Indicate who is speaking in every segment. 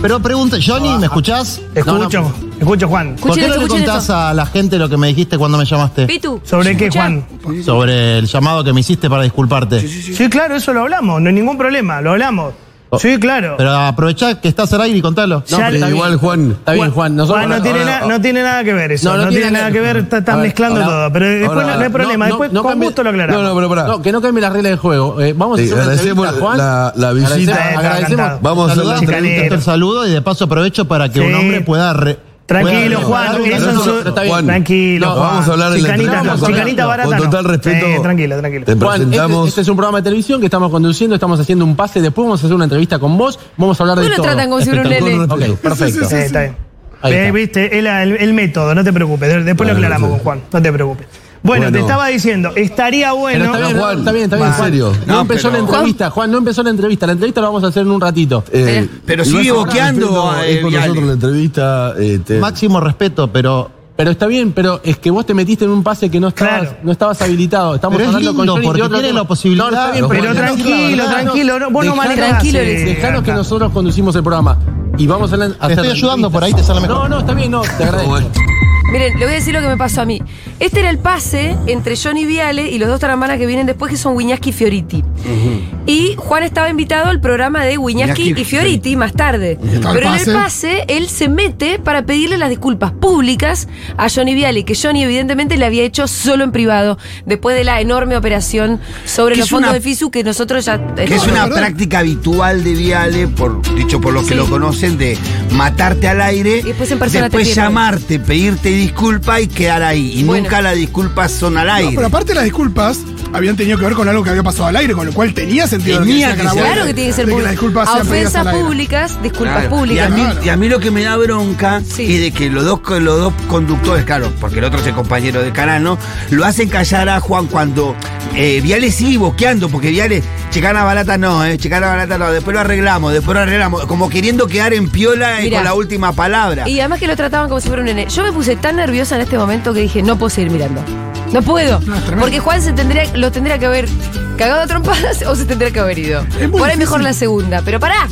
Speaker 1: Pero pregunta, Johnny, ¿me escuchás?
Speaker 2: Escucho,
Speaker 1: No, no.
Speaker 2: escucho, Juan.
Speaker 1: ¿Por qué no
Speaker 3: Escuchen esto,
Speaker 1: le
Speaker 3: escuchen
Speaker 1: contás
Speaker 3: esto.
Speaker 1: a la gente lo que me dijiste cuando me llamaste?
Speaker 3: Pitu.
Speaker 2: ¿Sobre qué,
Speaker 3: escuchá.
Speaker 2: Juan?
Speaker 1: Sobre el llamado que me hiciste para disculparte.
Speaker 2: Sí, claro, eso lo hablamos, no hay ningún problema, lo hablamos. Sí, claro.
Speaker 1: Pero aprovechá que estás al aire y contalo.
Speaker 4: No,
Speaker 2: Ya
Speaker 4: pero
Speaker 2: le-
Speaker 4: igual, Juan. Está bien, Juan. nosotros-
Speaker 2: Juan, no, tiene
Speaker 4: ahora-
Speaker 2: na- no tiene nada que ver eso. No, tiene, nada que ver, está- están
Speaker 4: A ver,
Speaker 2: mezclando
Speaker 4: ahora-
Speaker 2: todo. Pero después
Speaker 4: ahora-
Speaker 2: no, no hay problema,
Speaker 4: no,
Speaker 2: después
Speaker 4: no
Speaker 2: con
Speaker 4: cambie-
Speaker 2: gusto lo aclaramos.
Speaker 4: No, no, pero pará. No, que no cambie las reglas del juego. Eh, vamos a
Speaker 5: Sí,
Speaker 4: hacer una
Speaker 5: agradecemos
Speaker 4: entrevista, Juan.
Speaker 5: la- la visita.
Speaker 2: Está
Speaker 4: Agradecemos.
Speaker 2: encantado.
Speaker 5: Vamos a hacer
Speaker 1: Saludá,
Speaker 5: la
Speaker 2: Chicanero.
Speaker 1: pregunta, te saludo y de paso aprovecho para que
Speaker 2: Sí.
Speaker 1: un hombre pueda... re-
Speaker 2: Tranquilo,
Speaker 1: pueda-
Speaker 2: Juan,
Speaker 1: Claro,
Speaker 2: eso
Speaker 5: no,
Speaker 2: es
Speaker 5: no,
Speaker 2: su-
Speaker 5: no, está bien.
Speaker 2: Tranquilo,
Speaker 4: No,
Speaker 2: Juan.
Speaker 5: vamos a hablar en la
Speaker 2: Chicanita,
Speaker 5: entrevista,
Speaker 2: no,
Speaker 5: vamos a hablar.
Speaker 2: chicanita
Speaker 5: Con
Speaker 2: barata no.
Speaker 5: total respeto.
Speaker 2: Sí, tranquilo, tranquilo.
Speaker 5: Te
Speaker 4: Juan, este,
Speaker 5: presentamos.
Speaker 4: este es un programa de televisión que estamos conduciendo, estamos haciendo un pase, después vamos a hacer una entrevista con vos, vamos a hablar
Speaker 3: No
Speaker 4: de
Speaker 3: lo
Speaker 4: todo.
Speaker 3: tratan como si fuera un
Speaker 5: Espectacular.
Speaker 3: nene.
Speaker 4: Ok, perfecto.
Speaker 2: Eh, está bien.
Speaker 4: Ahí
Speaker 2: Eh,
Speaker 4: está.
Speaker 2: Viste, el, el- el método, no te preocupes. de- Después lo
Speaker 5: Bueno,
Speaker 2: aclaramos
Speaker 5: sí.
Speaker 2: con Juan, no te preocupes. Bueno,
Speaker 5: Bueno.
Speaker 2: te estaba diciendo, estaría
Speaker 4: Pero
Speaker 2: bueno.
Speaker 4: está bien,
Speaker 5: No, Juan,
Speaker 4: está bien, está bien.
Speaker 5: en
Speaker 4: Juan.
Speaker 5: serio.
Speaker 4: No,
Speaker 6: No,
Speaker 4: empezó
Speaker 6: pero-
Speaker 4: la entrevista, Juan, no empezó la entrevista. La entrevista la vamos a hacer en un ratito.
Speaker 5: Eh,
Speaker 6: Pero
Speaker 5: y
Speaker 6: sigue
Speaker 5: vas a hablar
Speaker 6: boqueando,
Speaker 5: respecto-
Speaker 6: eh,
Speaker 5: Es con
Speaker 6: Viale.
Speaker 5: nosotros la entrevista. eh, te-
Speaker 1: Máximo respeto, pero...
Speaker 4: Pero está bien, pero es que vos te metiste en un pase que no estabas,
Speaker 2: Claro.
Speaker 4: no estabas habilitado. Estamos
Speaker 1: Pero es
Speaker 4: hablando con
Speaker 1: lindo,
Speaker 4: Johnny de
Speaker 1: porque
Speaker 4: otro
Speaker 1: tiene
Speaker 4: tema.
Speaker 1: la posibilidad.
Speaker 4: No, está bien,
Speaker 5: Pero
Speaker 4: Juan,
Speaker 2: tranquilo,
Speaker 4: dejanos-
Speaker 2: tranquilo, tranquilo, no- vos no
Speaker 4: dejanos-
Speaker 2: manejás,
Speaker 3: Tranquilo,
Speaker 2: sí,
Speaker 3: Luis.
Speaker 4: Dejanos que
Speaker 2: acá.
Speaker 4: nosotros conducimos el programa. Y vamos a la- a hacer
Speaker 1: estoy
Speaker 4: la
Speaker 1: ayudando,
Speaker 4: entrevista.
Speaker 1: por ahí te sale mejor.
Speaker 4: No, no, está bien, no, te
Speaker 5: Como
Speaker 4: agradezco.
Speaker 5: es.
Speaker 3: Miren, le voy a decir lo que me pasó a mí. Este era el pase entre Johnny Viale y los dos taramanas que vienen después, que son Wiñaski y Fioriti. Y Juan estaba invitado al programa de Wiñaski
Speaker 6: Wiñaski
Speaker 3: y Fioriti más tarde.
Speaker 6: está el
Speaker 3: Pero en el
Speaker 6: pase.
Speaker 3: pase, él se mete para pedirle las disculpas públicas a Johnny Viale, que Johnny evidentemente le había hecho solo en privado, después de la enorme operación sobre
Speaker 6: Que
Speaker 3: los
Speaker 6: es
Speaker 3: fondos
Speaker 6: una-
Speaker 3: de FISU que nosotros ya...
Speaker 6: Que es
Speaker 3: No,
Speaker 6: una
Speaker 3: perdón.
Speaker 6: práctica habitual de Viale, por, dicho por los que
Speaker 3: Sí.
Speaker 6: lo conocen, de matarte al aire,
Speaker 3: Y después en persona te
Speaker 6: después
Speaker 3: pierden.
Speaker 6: llamarte, pedirte disculpa y quedar ahí. Y
Speaker 3: Bueno.
Speaker 6: nunca las disculpas son al
Speaker 7: No,
Speaker 6: aire.
Speaker 7: pero aparte las disculpas habían tenido que ver con algo que había pasado al aire, con lo cual tenía sentido lo
Speaker 6: Tenía
Speaker 7: decía
Speaker 6: que
Speaker 7: Carabobo,
Speaker 6: ser.
Speaker 3: Claro que tiene que ser
Speaker 7: de las
Speaker 3: público.
Speaker 7: disculpas
Speaker 3: A
Speaker 7: sean pedidas
Speaker 3: ofensas
Speaker 7: al aire.
Speaker 3: públicas, disculpas
Speaker 6: Claro.
Speaker 3: públicas.
Speaker 6: Y a, mí,
Speaker 7: Claro.
Speaker 6: y a mí lo que me da bronca
Speaker 3: Sí.
Speaker 6: es de que los dos, los dos conductores, claro, porque el otro es el compañero del canal, ¿no? Lo hacen callar a Juan cuando eh, Viale sigue boqueando, porque Viale, chicana barata no, eh, chicana barata no, después lo arreglamos, después lo arreglamos, como queriendo quedar en piola eh,
Speaker 3: Mirá.
Speaker 6: con la última palabra.
Speaker 3: Y además que lo trataban como si fuera un nene. Yo me puse tan nerviosa en este momento que dije, no puedo seguir mirando. No puedo. porque Juan se tendría, lo tendría que haber cagado a trompadas o se tendría que haber ido.
Speaker 7: Es muy
Speaker 3: Por ahí mejor
Speaker 7: difícil.
Speaker 3: la segunda. Pero pará.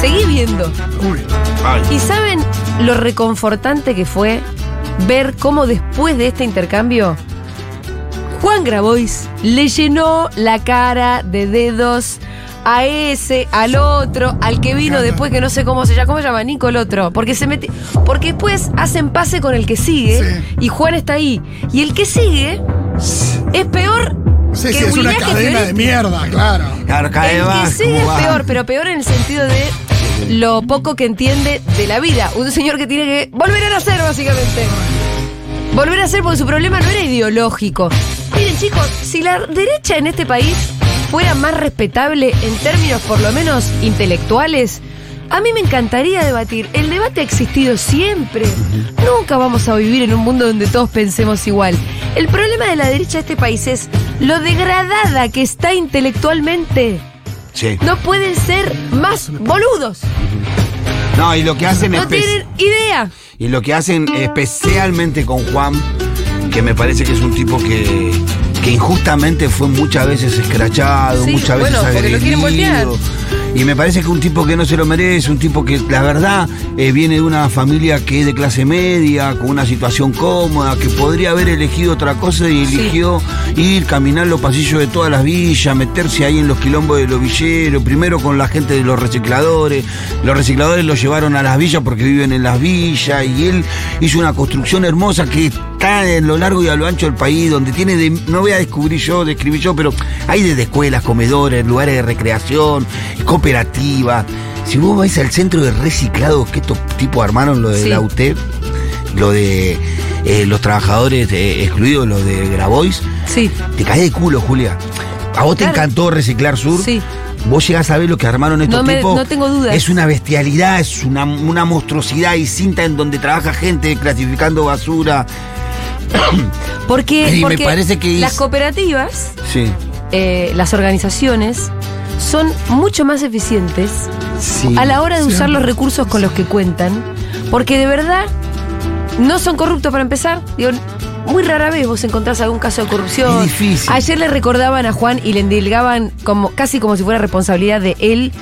Speaker 3: Seguí viendo.
Speaker 7: Uy,
Speaker 3: Y saben lo reconfortante que fue ver cómo después de este intercambio, Juan Grabois le llenó la cara de dedos a ese, al otro, al que vino después, que no sé cómo se llama, ¿cómo se llama? Nico el otro. Porque se mete. Porque después hacen pase con el que sigue
Speaker 7: Sí.
Speaker 3: y Juan está ahí. Y el que sigue es peor.
Speaker 7: sí,
Speaker 3: que
Speaker 7: sí, es una
Speaker 3: Willian, que
Speaker 7: cadena
Speaker 3: Fiorentino.
Speaker 7: de mierda, claro.
Speaker 6: Claro, cada vez
Speaker 3: El que
Speaker 6: más,
Speaker 3: sigue
Speaker 6: ¿cómo va?
Speaker 3: es peor, pero peor en el sentido de lo poco que entiende de la vida. Un señor que tiene que volver a nacer, básicamente. Volver a nacer porque su problema no era ideológico. Miren, chicos, si la derecha en este país fuera más respetable en términos, por lo menos, intelectuales, a mí me encantaría debatir. El debate ha existido siempre. Nunca vamos a vivir en un mundo donde todos pensemos igual. El problema de la derecha de este país es lo degradada que está intelectualmente.
Speaker 6: Sí.
Speaker 3: No pueden ser más boludos.
Speaker 6: No, y lo que hacen es
Speaker 3: No tienen idea.
Speaker 6: Y lo que hacen especialmente con Juan, que me parece que es un tipo que, que injustamente fue muchas veces escrachado,
Speaker 3: Sí,
Speaker 6: muchas veces
Speaker 3: bueno, porque lo quieren voltear.
Speaker 6: agredido. Y me parece que un tipo que no se lo merece, un tipo que la verdad eh, viene de una familia que es de clase media, con una situación cómoda, que podría haber elegido otra cosa y
Speaker 3: Sí.
Speaker 6: eligió ir, caminar los pasillos de todas las villas, meterse ahí en los quilombos de los villeros, primero con la gente de los recicladores. Los recicladores lo llevaron a las villas porque viven en las villas y él hizo una construcción hermosa que está a lo largo y a lo ancho del país, donde tiene, de- no voy a descubrir yo, describir yo, pero hay desde escuelas, comedores, lugares de recreación, cooperativas. Si vos vais al centro de reciclados que estos tipos armaron, lo de
Speaker 3: Sí.
Speaker 6: la UTEP, lo de eh, los trabajadores eh, excluidos, los de Grabois,
Speaker 3: Sí.
Speaker 6: te caes de culo, Julia. A vos te
Speaker 3: Claro.
Speaker 6: encantó Reciclar Sur.
Speaker 3: Sí.
Speaker 6: Vos llegás a ver lo que armaron estos
Speaker 3: No me-
Speaker 6: tipos.
Speaker 3: no tengo dudas.
Speaker 6: Es una bestialidad, es una, una monstruosidad y cinta en donde trabaja gente clasificando basura.
Speaker 3: Porque,
Speaker 6: Y me
Speaker 3: porque
Speaker 6: parece que
Speaker 3: las
Speaker 6: es-
Speaker 3: cooperativas,
Speaker 6: Sí.
Speaker 3: eh, las organizaciones, son mucho más eficientes a la hora de usar los recursos con los que cuentan. Porque de verdad no son corruptos para empezar. Digo, muy rara vez vos encontrás algún caso de corrupción.
Speaker 6: Es difícil.
Speaker 3: Ayer le recordaban a Juan y le endilgaban como, casi como si fuera responsabilidad de él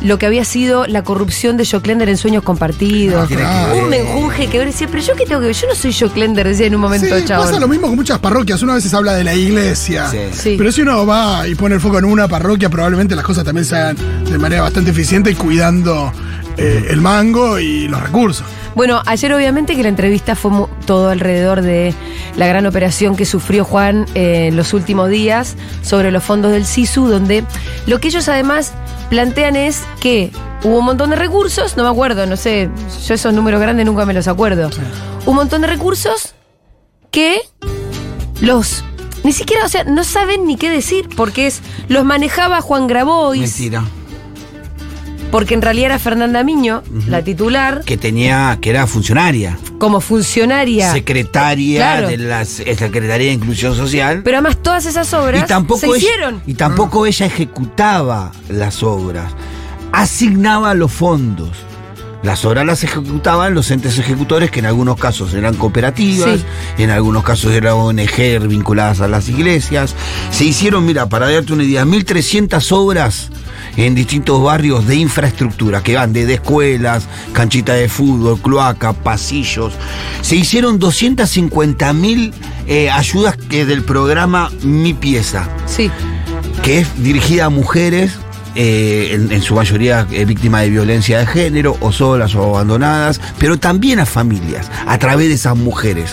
Speaker 3: lo que había sido la corrupción de Joclender en Sueños Compartidos.
Speaker 6: tiene que ver.
Speaker 3: Ah,
Speaker 7: Eh,
Speaker 3: un menjunje que ver decía, pero yo qué tengo que ver, yo no soy Joclender, decía en un
Speaker 7: Sí,
Speaker 3: momento,
Speaker 7: pasa lo
Speaker 3: chabón.
Speaker 7: mismo con muchas parroquias. Uno a veces habla de la iglesia.
Speaker 6: Sí.
Speaker 3: Sí.
Speaker 7: Pero si uno va y pone el foco en una parroquia, probablemente las cosas también se hagan de manera bastante eficiente y cuidando eh, el mango y los recursos.
Speaker 3: Bueno, ayer obviamente que la entrevista fue mu- todo alrededor de la gran operación que sufrió Juan eh, en los últimos días sobre los fondos del SISU, donde lo que ellos además plantean es que hubo un montón de recursos, no me acuerdo, no sé, yo esos números grandes nunca me los acuerdo. Un montón de recursos que los ni siquiera, o sea, no saben ni qué decir, porque es los manejaba Juan Grabois,
Speaker 6: Mentira.
Speaker 3: porque en realidad era Fernanda Miño, la titular,
Speaker 6: Que tenía, que era funcionaria,
Speaker 3: como funcionaria.
Speaker 6: secretaria
Speaker 3: Claro.
Speaker 6: de la S- eh, Secretaría de Inclusión Social.
Speaker 3: Pero además todas esas obras
Speaker 6: y tampoco
Speaker 3: se
Speaker 6: ella-
Speaker 3: hicieron.
Speaker 6: y tampoco ella ejecutaba las obras, asignaba los fondos. Las obras las ejecutaban los entes ejecutores, que en algunos casos eran cooperativas, en algunos casos eran ONG vinculadas a las iglesias. Se hicieron, mira, para darte una idea, 1.300 obras en distintos barrios de infraestructura, que van desde escuelas, canchitas de fútbol, cloaca, pasillos. Se hicieron 250.000 eh, ayudas que del programa Mi Pieza
Speaker 3: Sí.
Speaker 6: que es dirigida a mujeres, eh, en, en su mayoría eh, víctimas de violencia de género, o solas o abandonadas, pero también a familias, a través de esas mujeres.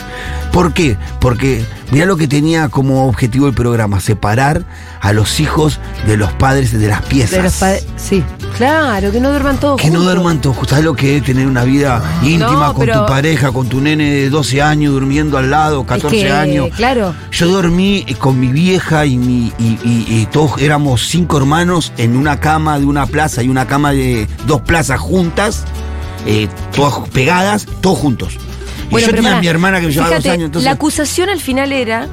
Speaker 6: ¿Por qué? Porque mirá lo que tenía como objetivo el programa, separar a los hijos de los padres de las piezas.
Speaker 3: De los padres. Sí. Claro, que no duerman todos.
Speaker 6: Que no
Speaker 3: juntos.
Speaker 6: duerman todos, ¿sabes lo que es tener una vida íntima
Speaker 3: No,
Speaker 6: con
Speaker 3: pero-
Speaker 6: tu pareja, con tu nene de 12 años durmiendo al lado, 14
Speaker 3: Es que,
Speaker 6: años?
Speaker 3: Claro.
Speaker 6: Yo dormí eh, con mi vieja y, mi, y, y- y todos éramos cinco hermanos en una cama de una plaza y una cama de dos plazas juntas, eh, todas pegadas, todos juntos. Y
Speaker 3: Bueno,
Speaker 6: yo
Speaker 3: pero
Speaker 6: tenía
Speaker 3: pará.
Speaker 6: a mi hermana que me llevaba dos
Speaker 3: Fíjate,
Speaker 6: años, entonces.
Speaker 3: La acusación al final era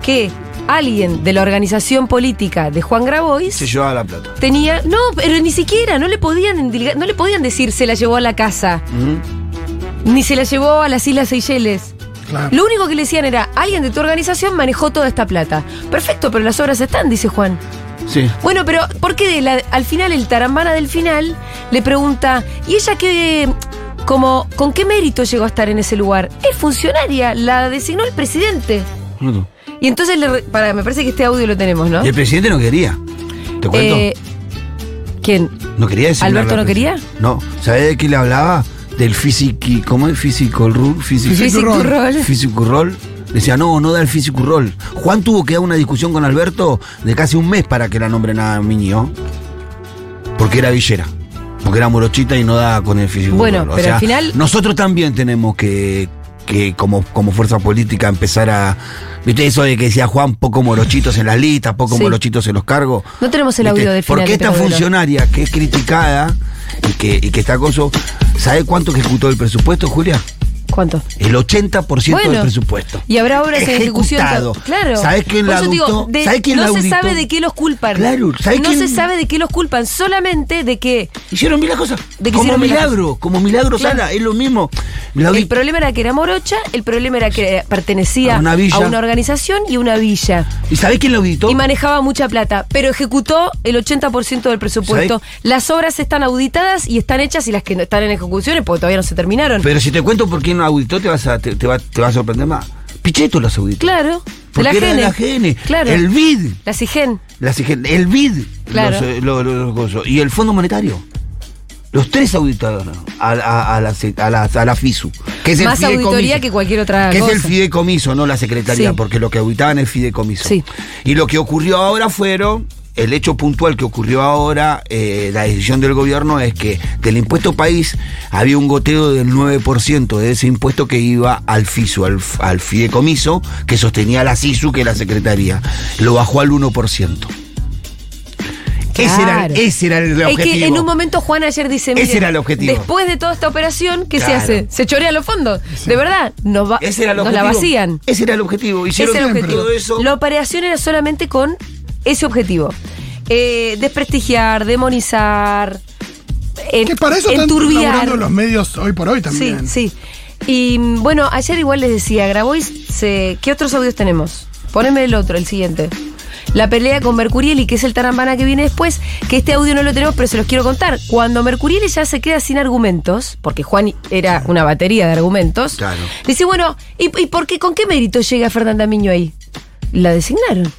Speaker 3: que alguien de la organización política de Juan Grabois
Speaker 6: se llevaba la plata.
Speaker 3: tenía. No, pero ni siquiera, no le podían endilgar- no le podían decir se la llevó a la casa,
Speaker 6: Ujú.
Speaker 3: ni se la llevó a las Islas Seychelles.
Speaker 7: Claro.
Speaker 3: Lo único que le decían era, alguien de tu organización manejó toda esta plata. Perfecto, pero las obras están, dice Juan.
Speaker 6: Sí.
Speaker 3: Bueno, pero ¿por qué de la- al final el tarambana del final le pregunta, ¿y ella qué, como, con qué mérito llegó a estar en ese lugar? Es funcionaria, la designó el presidente. Y entonces, le, re- pará, me parece que este audio lo tenemos, ¿no?
Speaker 6: Y el presidente no quería. ¿Te cuento?
Speaker 3: Eh, ¿Quién?
Speaker 6: no quería decir
Speaker 3: ¿Alberto no quería?
Speaker 6: No. ¿Sabés de qué le hablaba? Del físico. ¿Cómo es? Físico rule. Físico.
Speaker 3: Physic to roll.
Speaker 6: Físico Roll. Decía, no, no da el Físico Roll. Juan tuvo que dar una discusión con Alberto de casi un mes para que la nombren a Miño. Porque era Villera. Porque era morochita y no daba con el Físico
Speaker 3: Bueno,
Speaker 6: Roll. O
Speaker 3: pero
Speaker 6: sea,
Speaker 3: al final-
Speaker 6: Nosotros también tenemos que, que como, como fuerza política, empezar a. ¿Viste eso de que decía Juan, poco morochitos en las listas, poco
Speaker 3: Sí.
Speaker 6: morochitos en los cargos?
Speaker 3: No tenemos el audio
Speaker 6: ¿Viste?
Speaker 3: del final.
Speaker 6: Porque
Speaker 3: de
Speaker 6: esta
Speaker 3: Pedro.
Speaker 6: funcionaria que es criticada y que, y que está acoso, ¿sabe cuánto ejecutó el presupuesto, Julia?
Speaker 3: ¿Cuánto?
Speaker 6: El 80% del
Speaker 3: Bueno,
Speaker 6: presupuesto.
Speaker 3: Y habrá obras en ejecución.
Speaker 6: Ejecutado.
Speaker 3: Claro.
Speaker 6: ¿Sabés quién
Speaker 3: Por
Speaker 6: la
Speaker 3: eso te digo,
Speaker 6: auditó?
Speaker 3: de-
Speaker 6: ¿Sabés quién
Speaker 3: no
Speaker 6: la
Speaker 3: se
Speaker 6: auditó?
Speaker 3: sabe de qué los culpan.
Speaker 6: Claro, ¿sabés
Speaker 3: No
Speaker 6: quién-
Speaker 3: se sabe de qué los culpan, solamente de que
Speaker 6: Hicieron mil cosas.
Speaker 3: De que
Speaker 6: como
Speaker 3: hicieron milagros.
Speaker 6: milagro, como milagro
Speaker 3: Claro.
Speaker 6: Sala, es lo mismo. La
Speaker 3: El
Speaker 6: audit-
Speaker 3: problema era que era morocha, el problema era que pertenecía
Speaker 6: A una villa.
Speaker 3: a una organización y una villa.
Speaker 6: ¿Y sabés quién la auditó?
Speaker 3: Y manejaba mucha plata, pero ejecutó el 80% del presupuesto. Las obras están auditadas y están hechas y las que no están en ejecuciones, porque todavía no se terminaron.
Speaker 6: Pero si te cuento por quién la auditó, te vas a, te, te va, te va a sorprender más. Pichetto las auditó.
Speaker 3: claro, de
Speaker 6: Porque
Speaker 3: la
Speaker 6: era de
Speaker 3: GENE.
Speaker 6: la GENE.
Speaker 3: Claro.
Speaker 6: El BID.
Speaker 3: La CIGEN.
Speaker 6: Las ejen- el BID,
Speaker 3: Claro.
Speaker 6: los, eh, lo- lo- los cosas. y el Fondo Monetario. Los tres auditaron a, a- a la, se- a, la, a la FISU. Que es el
Speaker 3: Más
Speaker 6: fideicomiso.
Speaker 3: auditoría que cualquier otra
Speaker 6: Que
Speaker 3: cosa.
Speaker 6: es el fideicomiso, no la secretaría,
Speaker 3: Sí.
Speaker 6: porque lo que auditaban es el fideicomiso.
Speaker 3: Sí.
Speaker 6: Y lo que ocurrió ahora fueron. El hecho puntual que ocurrió ahora, eh, la decisión del gobierno es que del impuesto país había un goteo del 9% de ese impuesto que iba al FISU, al, f- al fideicomiso, que sostenía la SISU, que es la secretaría. Lo bajó al 1%. Ese, era,
Speaker 3: Claro.
Speaker 6: ese era el
Speaker 3: Es
Speaker 6: objetivo.
Speaker 3: que en un momento Juan ayer dice,
Speaker 6: Ese
Speaker 3: "Miren,
Speaker 6: era el objetivo".
Speaker 3: Después de toda esta operación, ¿qué se
Speaker 6: Claro.
Speaker 3: hace? Se chorea los fondos. De verdad, nos, va-
Speaker 6: ese era el
Speaker 3: nos
Speaker 6: objetivo.
Speaker 3: la vacían.
Speaker 6: Ese era el objetivo. Hicieron
Speaker 3: Ese era el
Speaker 6: siempre
Speaker 3: objetivo.
Speaker 6: todo eso.
Speaker 3: La operación era solamente con ese objetivo. Eh, desprestigiar, demonizar, en-
Speaker 7: Que para eso están
Speaker 3: enturbiar.
Speaker 7: laburando los medios hoy por hoy
Speaker 3: Sí,
Speaker 7: también.
Speaker 3: sí. Y mm, bueno, ayer igual les decía, Grabois, se- ¿qué otros audios tenemos? Poneme el otro, el siguiente. la pelea con Mercurieli, que es el tarambana que viene después, que este audio no lo tenemos, pero se los quiero contar. Cuando Mercurieli ya se queda sin argumentos, porque Juan era una batería de argumentos,
Speaker 6: Claro.
Speaker 3: dice, bueno, ¿y, y por qué, con qué mérito llega Fernanda Miño ahí? La designaron.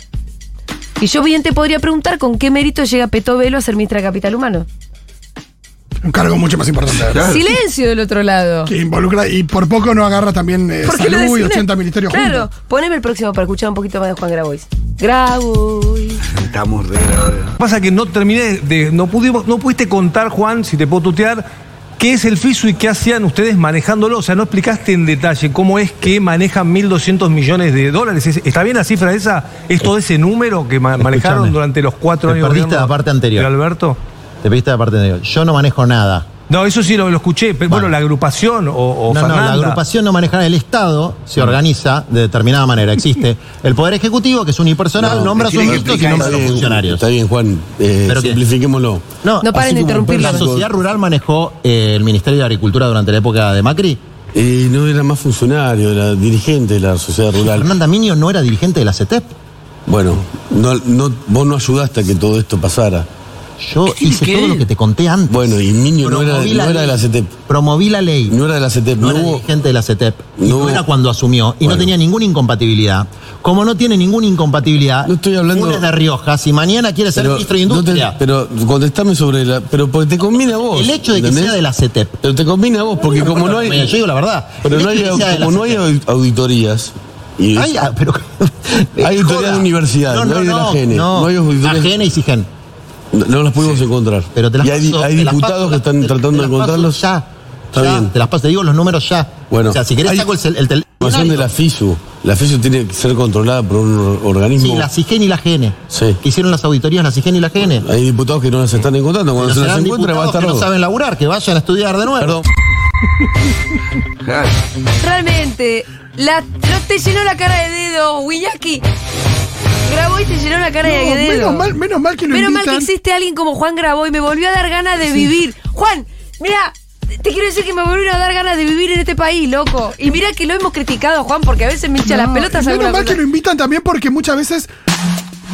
Speaker 3: Y yo bien te podría preguntar con qué mérito llega Peto Velo a ser ministra de Capital Humano.
Speaker 7: Un cargo mucho más importante.
Speaker 6: Claro.
Speaker 3: Silencio del otro lado.
Speaker 7: Que involucra y por poco no agarra también eh,
Speaker 3: Porque lo
Speaker 7: salud y
Speaker 3: designan.
Speaker 7: 80 ministerios
Speaker 3: Claro,
Speaker 7: juntos.
Speaker 3: poneme el próximo para escuchar un poquito más de Juan Grabois. Grabois.
Speaker 6: Estamos re ahora.
Speaker 5: Pasa que no terminé de. No, pudimos, no pudiste contar, Juan, si te puedo tutear, qué es el FISU y qué hacían ustedes manejándolo. O sea, no explicaste en detalle cómo es que manejan 1.200 millones de dólares. ¿Es- ¿Está bien la cifra esa? ¿Es todo ese número que ma- manejaron durante los cuatro
Speaker 1: Eh, te
Speaker 5: años? de
Speaker 1: perdiste la
Speaker 5: gobierno
Speaker 1: parte anterior.
Speaker 5: de Alberto?
Speaker 1: Te pediste la parte de. Yo no manejo nada.
Speaker 5: No, eso sí lo, lo escuché. Pero, bueno,
Speaker 1: Bueno.
Speaker 5: la agrupación o, o
Speaker 1: No, no,
Speaker 5: Fernanda.
Speaker 1: la agrupación no maneja nada. El Estado se organiza de determinada manera. Existe el Poder Ejecutivo, que es unipersonal,
Speaker 8: No,
Speaker 1: nombra a sus
Speaker 8: tiene que
Speaker 1: ministros y
Speaker 8: explicar.
Speaker 1: nombra a
Speaker 8: Está
Speaker 1: los
Speaker 8: bien,
Speaker 1: funcionarios.
Speaker 8: Está bien, Juan, eh,
Speaker 1: ¿Pero qué?
Speaker 8: simplifiquémoslo.
Speaker 1: No,
Speaker 3: No paren de
Speaker 8: así como
Speaker 3: interrumpirlo.
Speaker 1: Pues la sociedad rural manejó eh, el Ministerio de Agricultura durante la época de Macri.
Speaker 8: Eh, no era más funcionario, era dirigente de la sociedad rural.
Speaker 1: Fernanda Miño no era dirigente de la CETEP.
Speaker 8: Bueno, no, no, vos no ayudaste a que todo esto pasara.
Speaker 1: Yo hice todo lo que te conté antes.
Speaker 8: Bueno, y Miño no era,
Speaker 1: Promoví la
Speaker 8: no era de la
Speaker 1: ley.
Speaker 8: CETEP.
Speaker 1: Promoví la ley.
Speaker 8: No era de la CETEP.
Speaker 1: No
Speaker 8: No,
Speaker 1: era
Speaker 8: hubo,
Speaker 1: dirigente de la CETEP. Y
Speaker 8: no
Speaker 1: no,
Speaker 8: hubo-
Speaker 1: era cuando asumió. Y
Speaker 8: Bueno.
Speaker 1: no tenía ninguna incompatibilidad. Como no tiene ninguna incompatibilidad,
Speaker 8: No estoy hablando-
Speaker 1: uno es de Rioja. Si mañana quiere ser
Speaker 8: pero,
Speaker 1: ministro de
Speaker 8: no te-
Speaker 1: Industria,
Speaker 8: pero contestame sobre la. Pero porque te conviene a vos.
Speaker 1: el hecho de que
Speaker 8: ¿entendés?
Speaker 1: sea de la CETEP.
Speaker 8: Pero te conviene a vos, porque como no hay.
Speaker 1: Mira, yo digo la verdad.
Speaker 8: Pero
Speaker 1: El
Speaker 8: no hay,
Speaker 1: hecho de que sea de la
Speaker 8: como no hay
Speaker 1: CETEP.
Speaker 8: au- auditorías. y-
Speaker 1: Ay, ah, pero- Joda.
Speaker 8: Hay autoridad de universidad, no hay de la Gene, no hay auditores-
Speaker 1: Agene y Sigen.
Speaker 8: No, no las pudimos encontrar.
Speaker 1: Pero te las
Speaker 8: y hay, di-
Speaker 1: paso-
Speaker 8: hay
Speaker 1: te las
Speaker 8: diputados
Speaker 1: paso-
Speaker 8: que están
Speaker 1: te-
Speaker 8: tratando
Speaker 1: te
Speaker 8: de
Speaker 1: las paso
Speaker 8: encontrarlos.
Speaker 1: Ya.
Speaker 8: Está
Speaker 1: ya,
Speaker 8: bien.
Speaker 1: Te las paso, te digo los números ya.
Speaker 8: Bueno.
Speaker 1: o sea, si querés
Speaker 8: Hay-
Speaker 1: saco el, cel- el tel-
Speaker 8: La información de la FISU. La FISU tiene que ser controlada por un or- organismo.
Speaker 1: Sí, la CIGEN y la GENE.
Speaker 8: Sí.
Speaker 1: Que hicieron las auditorías, la CIGEN y la GENE.
Speaker 8: Hay diputados que no las están encontrando. Cuando
Speaker 1: Pero
Speaker 8: se las
Speaker 1: serán
Speaker 8: encuentra va a
Speaker 1: diputados
Speaker 8: estar
Speaker 1: que no
Speaker 8: roto.
Speaker 1: saben laburar, que vayan a estudiar de nuevo.
Speaker 8: Perdón.
Speaker 6: Claro.
Speaker 3: Realmente, la, no te llenó la cara de dedo, Wiñaki. Grabois te llenó la cara de
Speaker 7: No,
Speaker 3: dedo.
Speaker 7: menos mal- menos mal que lo
Speaker 3: Eh, Menos mal
Speaker 7: invitan.
Speaker 3: que existe alguien como Juan Grabois. Me volvió a dar ganas de vivir. Juan, mira, te quiero decir que me volvieron a dar ganas de vivir en este país, loco. Y mira que lo hemos criticado, Juan, porque a veces me hincha
Speaker 7: No,
Speaker 3: las pelotas
Speaker 7: y menos
Speaker 3: alguna
Speaker 7: mal
Speaker 3: cosa.
Speaker 7: que lo invitan también porque muchas veces,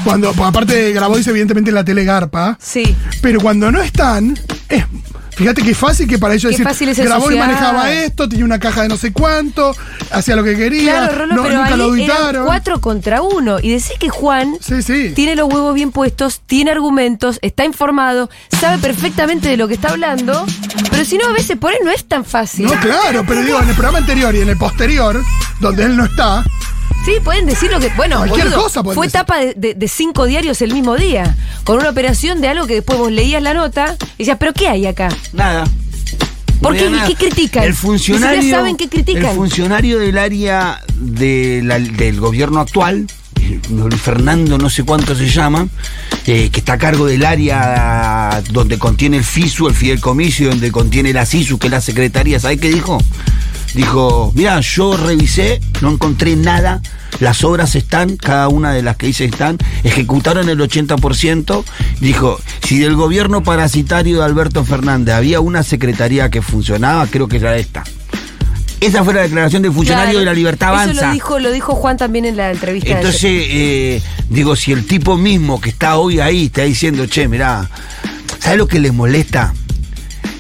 Speaker 7: cuando, pues, aparte Grabois evidentemente en la tele garpa,
Speaker 3: Sí.
Speaker 7: pero cuando no están, es, fíjate que fácil que para ellos
Speaker 3: Qué
Speaker 7: decir,
Speaker 3: fácil es
Speaker 7: Grabois
Speaker 3: ensuciar".
Speaker 7: manejaba esto, tenía una caja de no sé cuánto, hacía lo que quería,
Speaker 3: Claro, Rolo,
Speaker 7: no,
Speaker 3: pero
Speaker 7: nunca lo
Speaker 3: ahí eran
Speaker 7: auditaron.
Speaker 3: cuatro contra uno. Y decís que Juan
Speaker 7: Sí, sí.
Speaker 3: tiene los huevos bien puestos, tiene argumentos, está informado, sabe perfectamente de lo que está hablando, pero si no, a veces por él no es tan fácil.
Speaker 7: No, claro, pero digo, en el programa anterior y en el posterior, donde él no está,
Speaker 3: Sí, pueden decir lo que. Bueno,
Speaker 7: Cualquier
Speaker 3: boludo,
Speaker 7: cosa pueden
Speaker 3: fue
Speaker 7: decir.
Speaker 3: tapa de, de- de cinco diarios el mismo día, con una operación de algo que después vos leías la nota y decías, ¿pero qué hay acá?
Speaker 6: Nada.
Speaker 3: ¿Por qué? ¿Qué
Speaker 6: No había nada.
Speaker 3: critican?
Speaker 6: El funcionario.
Speaker 3: Ni siquiera saben qué critican.
Speaker 6: El funcionario del área de la- del gobierno actual, eh, Fernando no sé cuánto se llama, eh, que está a cargo del área donde contiene el FISU, el Fideicomiso, donde contiene la SISU, que es la secretaría, ¿sabes qué dijo? Dijo, mira, yo revisé, no encontré nada, las obras están, cada una de las que hice están, ejecutaron el 80%, dijo, si del gobierno parasitario de Alberto Fernández había una secretaría que funcionaba, creo que era esta. Esa fue la declaración del funcionario
Speaker 3: Claro.
Speaker 6: de la Libertad
Speaker 3: Eso lo
Speaker 6: Avanza.
Speaker 3: dijo, lo dijo Juan también en la entrevista. de ayer.
Speaker 6: Entonces, eh, digo, si el tipo mismo que está hoy ahí está diciendo, che, mirá, ¿sabes lo que les molesta?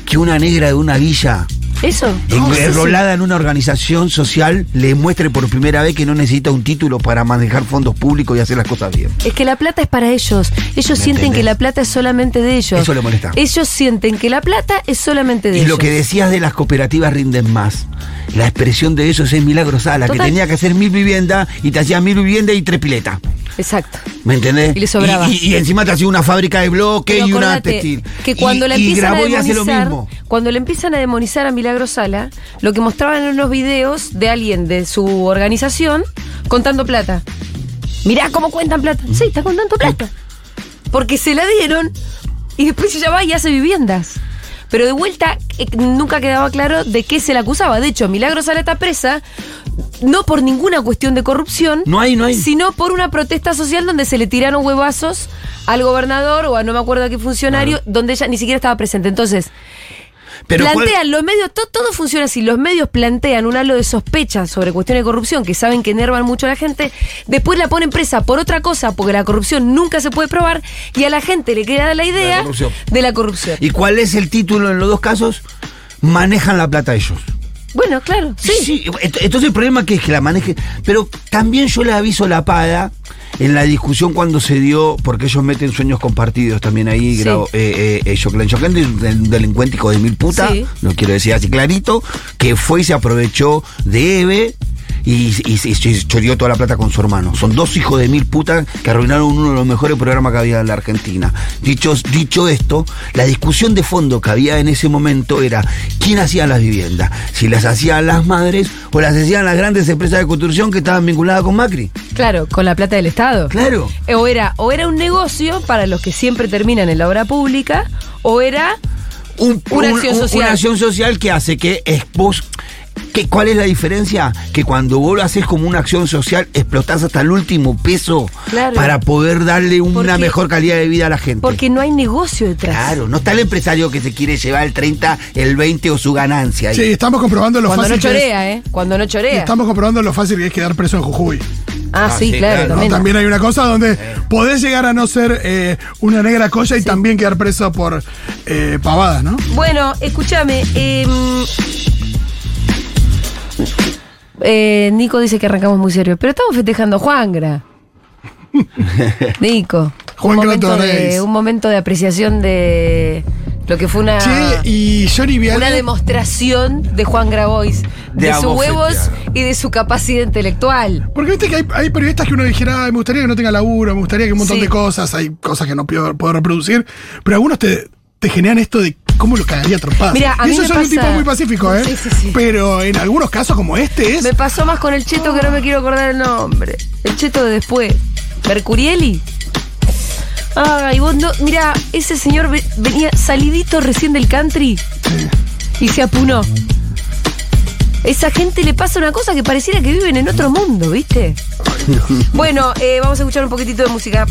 Speaker 6: Que una negra de una villa
Speaker 3: Eso.
Speaker 6: en- enrolada en una organización social le muestre por primera vez que no necesita un título para manejar fondos públicos y hacer las cosas bien.
Speaker 3: Es que la plata es para ellos. Ellos
Speaker 6: ¿Me
Speaker 3: sienten
Speaker 6: entendés?
Speaker 3: que la plata es solamente de ellos.
Speaker 6: Eso le molesta.
Speaker 3: Ellos sienten que la plata es solamente de
Speaker 6: Y
Speaker 3: ellos.
Speaker 6: lo que decías de las cooperativas rinden más. La expresión de eso es milagrosada, la que
Speaker 3: Total.
Speaker 6: tenía que hacer mil viviendas y te hacía mil viviendas y tres piletas.
Speaker 3: Exacto.
Speaker 6: ¿Me entendés?
Speaker 3: Y le sobraba.
Speaker 6: Y, y- y encima te hacía una fábrica de bloques
Speaker 3: Pero
Speaker 6: y una
Speaker 3: acordate
Speaker 6: textil.
Speaker 3: Que cuando
Speaker 6: y,
Speaker 3: la
Speaker 6: y
Speaker 3: empiezan a
Speaker 6: Grabois hace lo
Speaker 3: demonizar,
Speaker 6: mismo.
Speaker 3: cuando le empiezan a demonizar a Milagro Sala, lo que mostraban en unos videos de alguien de su organización contando plata. Mirá cómo cuentan plata. Sí, está contando plata. Porque se la dieron y después ella va y hace viviendas. Pero de vuelta eh, nunca quedaba claro de qué se la acusaba. De hecho, Milagro Sala está presa no por ninguna cuestión de corrupción,
Speaker 6: No hay, no hay.
Speaker 3: sino por una protesta social donde se le tiraron huevazos al gobernador o a no me acuerdo a qué funcionario, donde ella ni siquiera estaba presente. Entonces,
Speaker 6: Pero ¿cuál-
Speaker 3: plantean los medios, to- todo funciona así, los medios plantean un halo de sospecha sobre cuestiones de corrupción que saben que enervan mucho a la gente, después la ponen presa por otra cosa, porque la corrupción nunca se puede probar, y a la gente le queda la idea
Speaker 6: corrupción.
Speaker 3: de la corrupción.
Speaker 6: ¿Y cuál es el título en los dos casos? Manejan la plata ellos.
Speaker 3: Bueno, claro, sí.
Speaker 6: ent- Entonces el problema que es que la maneje. Pero también yo le aviso la pada en la discusión cuando se dio, porque ellos meten sueños compartidos también ahí,
Speaker 3: Sí.
Speaker 6: grabo, eh, eh, eh, Jocelyn Jocelyn, un del- delincuente hijo de mil puta,
Speaker 3: Sí.
Speaker 6: lo quiero decir así clarito, que fue y se aprovechó de Eve. Y, y, se- se choreó toda la plata con su hermano. Son dos hijos de mil putas que arruinaron uno de los mejores programas que había en la Argentina. Dicho, dicho esto, la discusión de fondo que había en ese momento era quién hacía las viviendas. Si las hacían las madres o las hacían las grandes empresas de construcción que estaban vinculadas con Macri.
Speaker 3: Claro, con la plata del Estado.
Speaker 6: Claro.
Speaker 3: Eh, O era, o era un negocio para los que siempre terminan en la obra pública, o era
Speaker 6: un-
Speaker 3: Una
Speaker 6: un-
Speaker 3: acción
Speaker 6: un-
Speaker 3: social.
Speaker 6: una acción social que hace que es vos- que ¿Cuál es la diferencia? Que cuando vos lo haces como una acción social, explotás hasta el último peso
Speaker 3: Claro.
Speaker 6: para poder darle una
Speaker 3: Porque-
Speaker 6: mejor calidad de vida a la gente.
Speaker 3: porque no hay negocio detrás.
Speaker 6: Claro, no está el empresario que se quiere llevar el 30, el 20 o su ganancia. ahí.
Speaker 7: Sí, estamos comprobando lo
Speaker 3: Cuando
Speaker 7: fácil
Speaker 3: no
Speaker 7: que es-
Speaker 3: chorea, ¿eh? Cuando no chorea.
Speaker 7: Estamos comprobando lo fácil que es quedar preso en Jujuy.
Speaker 3: Ah, sí,
Speaker 6: sí,
Speaker 3: claro,
Speaker 6: claro.
Speaker 7: No,
Speaker 3: también.
Speaker 7: también hay una cosa donde podés llegar a no ser eh, una negra colla y también quedar preso por eh, pavadas, ¿no?
Speaker 3: Bueno, escúchame. em, eh, Nico dice que arrancamos muy serio, pero estamos festejando a Juangra. Nico.
Speaker 7: Juan
Speaker 3: un momento,
Speaker 7: Grato
Speaker 3: de,
Speaker 7: Reis.
Speaker 3: un momento de apreciación de lo que fue una,
Speaker 7: Che, y Johnny Viale.
Speaker 3: Ah. una demostración de Juan Grabois, de,
Speaker 6: De
Speaker 3: sus huevos
Speaker 6: abofetear.
Speaker 3: y de su capacidad intelectual.
Speaker 7: Porque viste que hay, hay periodistas que uno dijera, "Ay, me gustaría que no tenga laburo, me gustaría que un montón
Speaker 3: Sí.
Speaker 7: de cosas, hay cosas que no puedo, puedo reproducir, pero algunos te, te generan esto de cómo lo cagaría a trompadas.
Speaker 3: Mira, a
Speaker 7: y
Speaker 3: mí
Speaker 7: eso
Speaker 3: me
Speaker 7: es un
Speaker 3: pasa-
Speaker 7: tipo muy pacífico, ¿eh?
Speaker 3: Sí, sí, sí.
Speaker 7: Pero en algunos casos como este es...
Speaker 3: Me pasó más con el cheto que no me quiero acordar el nombre. El cheto de después. Mercurieli. Ay, vos no. Mira, ese señor ve- venía salidito recién del country y se apunó. Esa gente le pasa una cosa que pareciera que viven en otro mundo, ¿viste? Bueno, eh, vamos a escuchar un poquitito de música.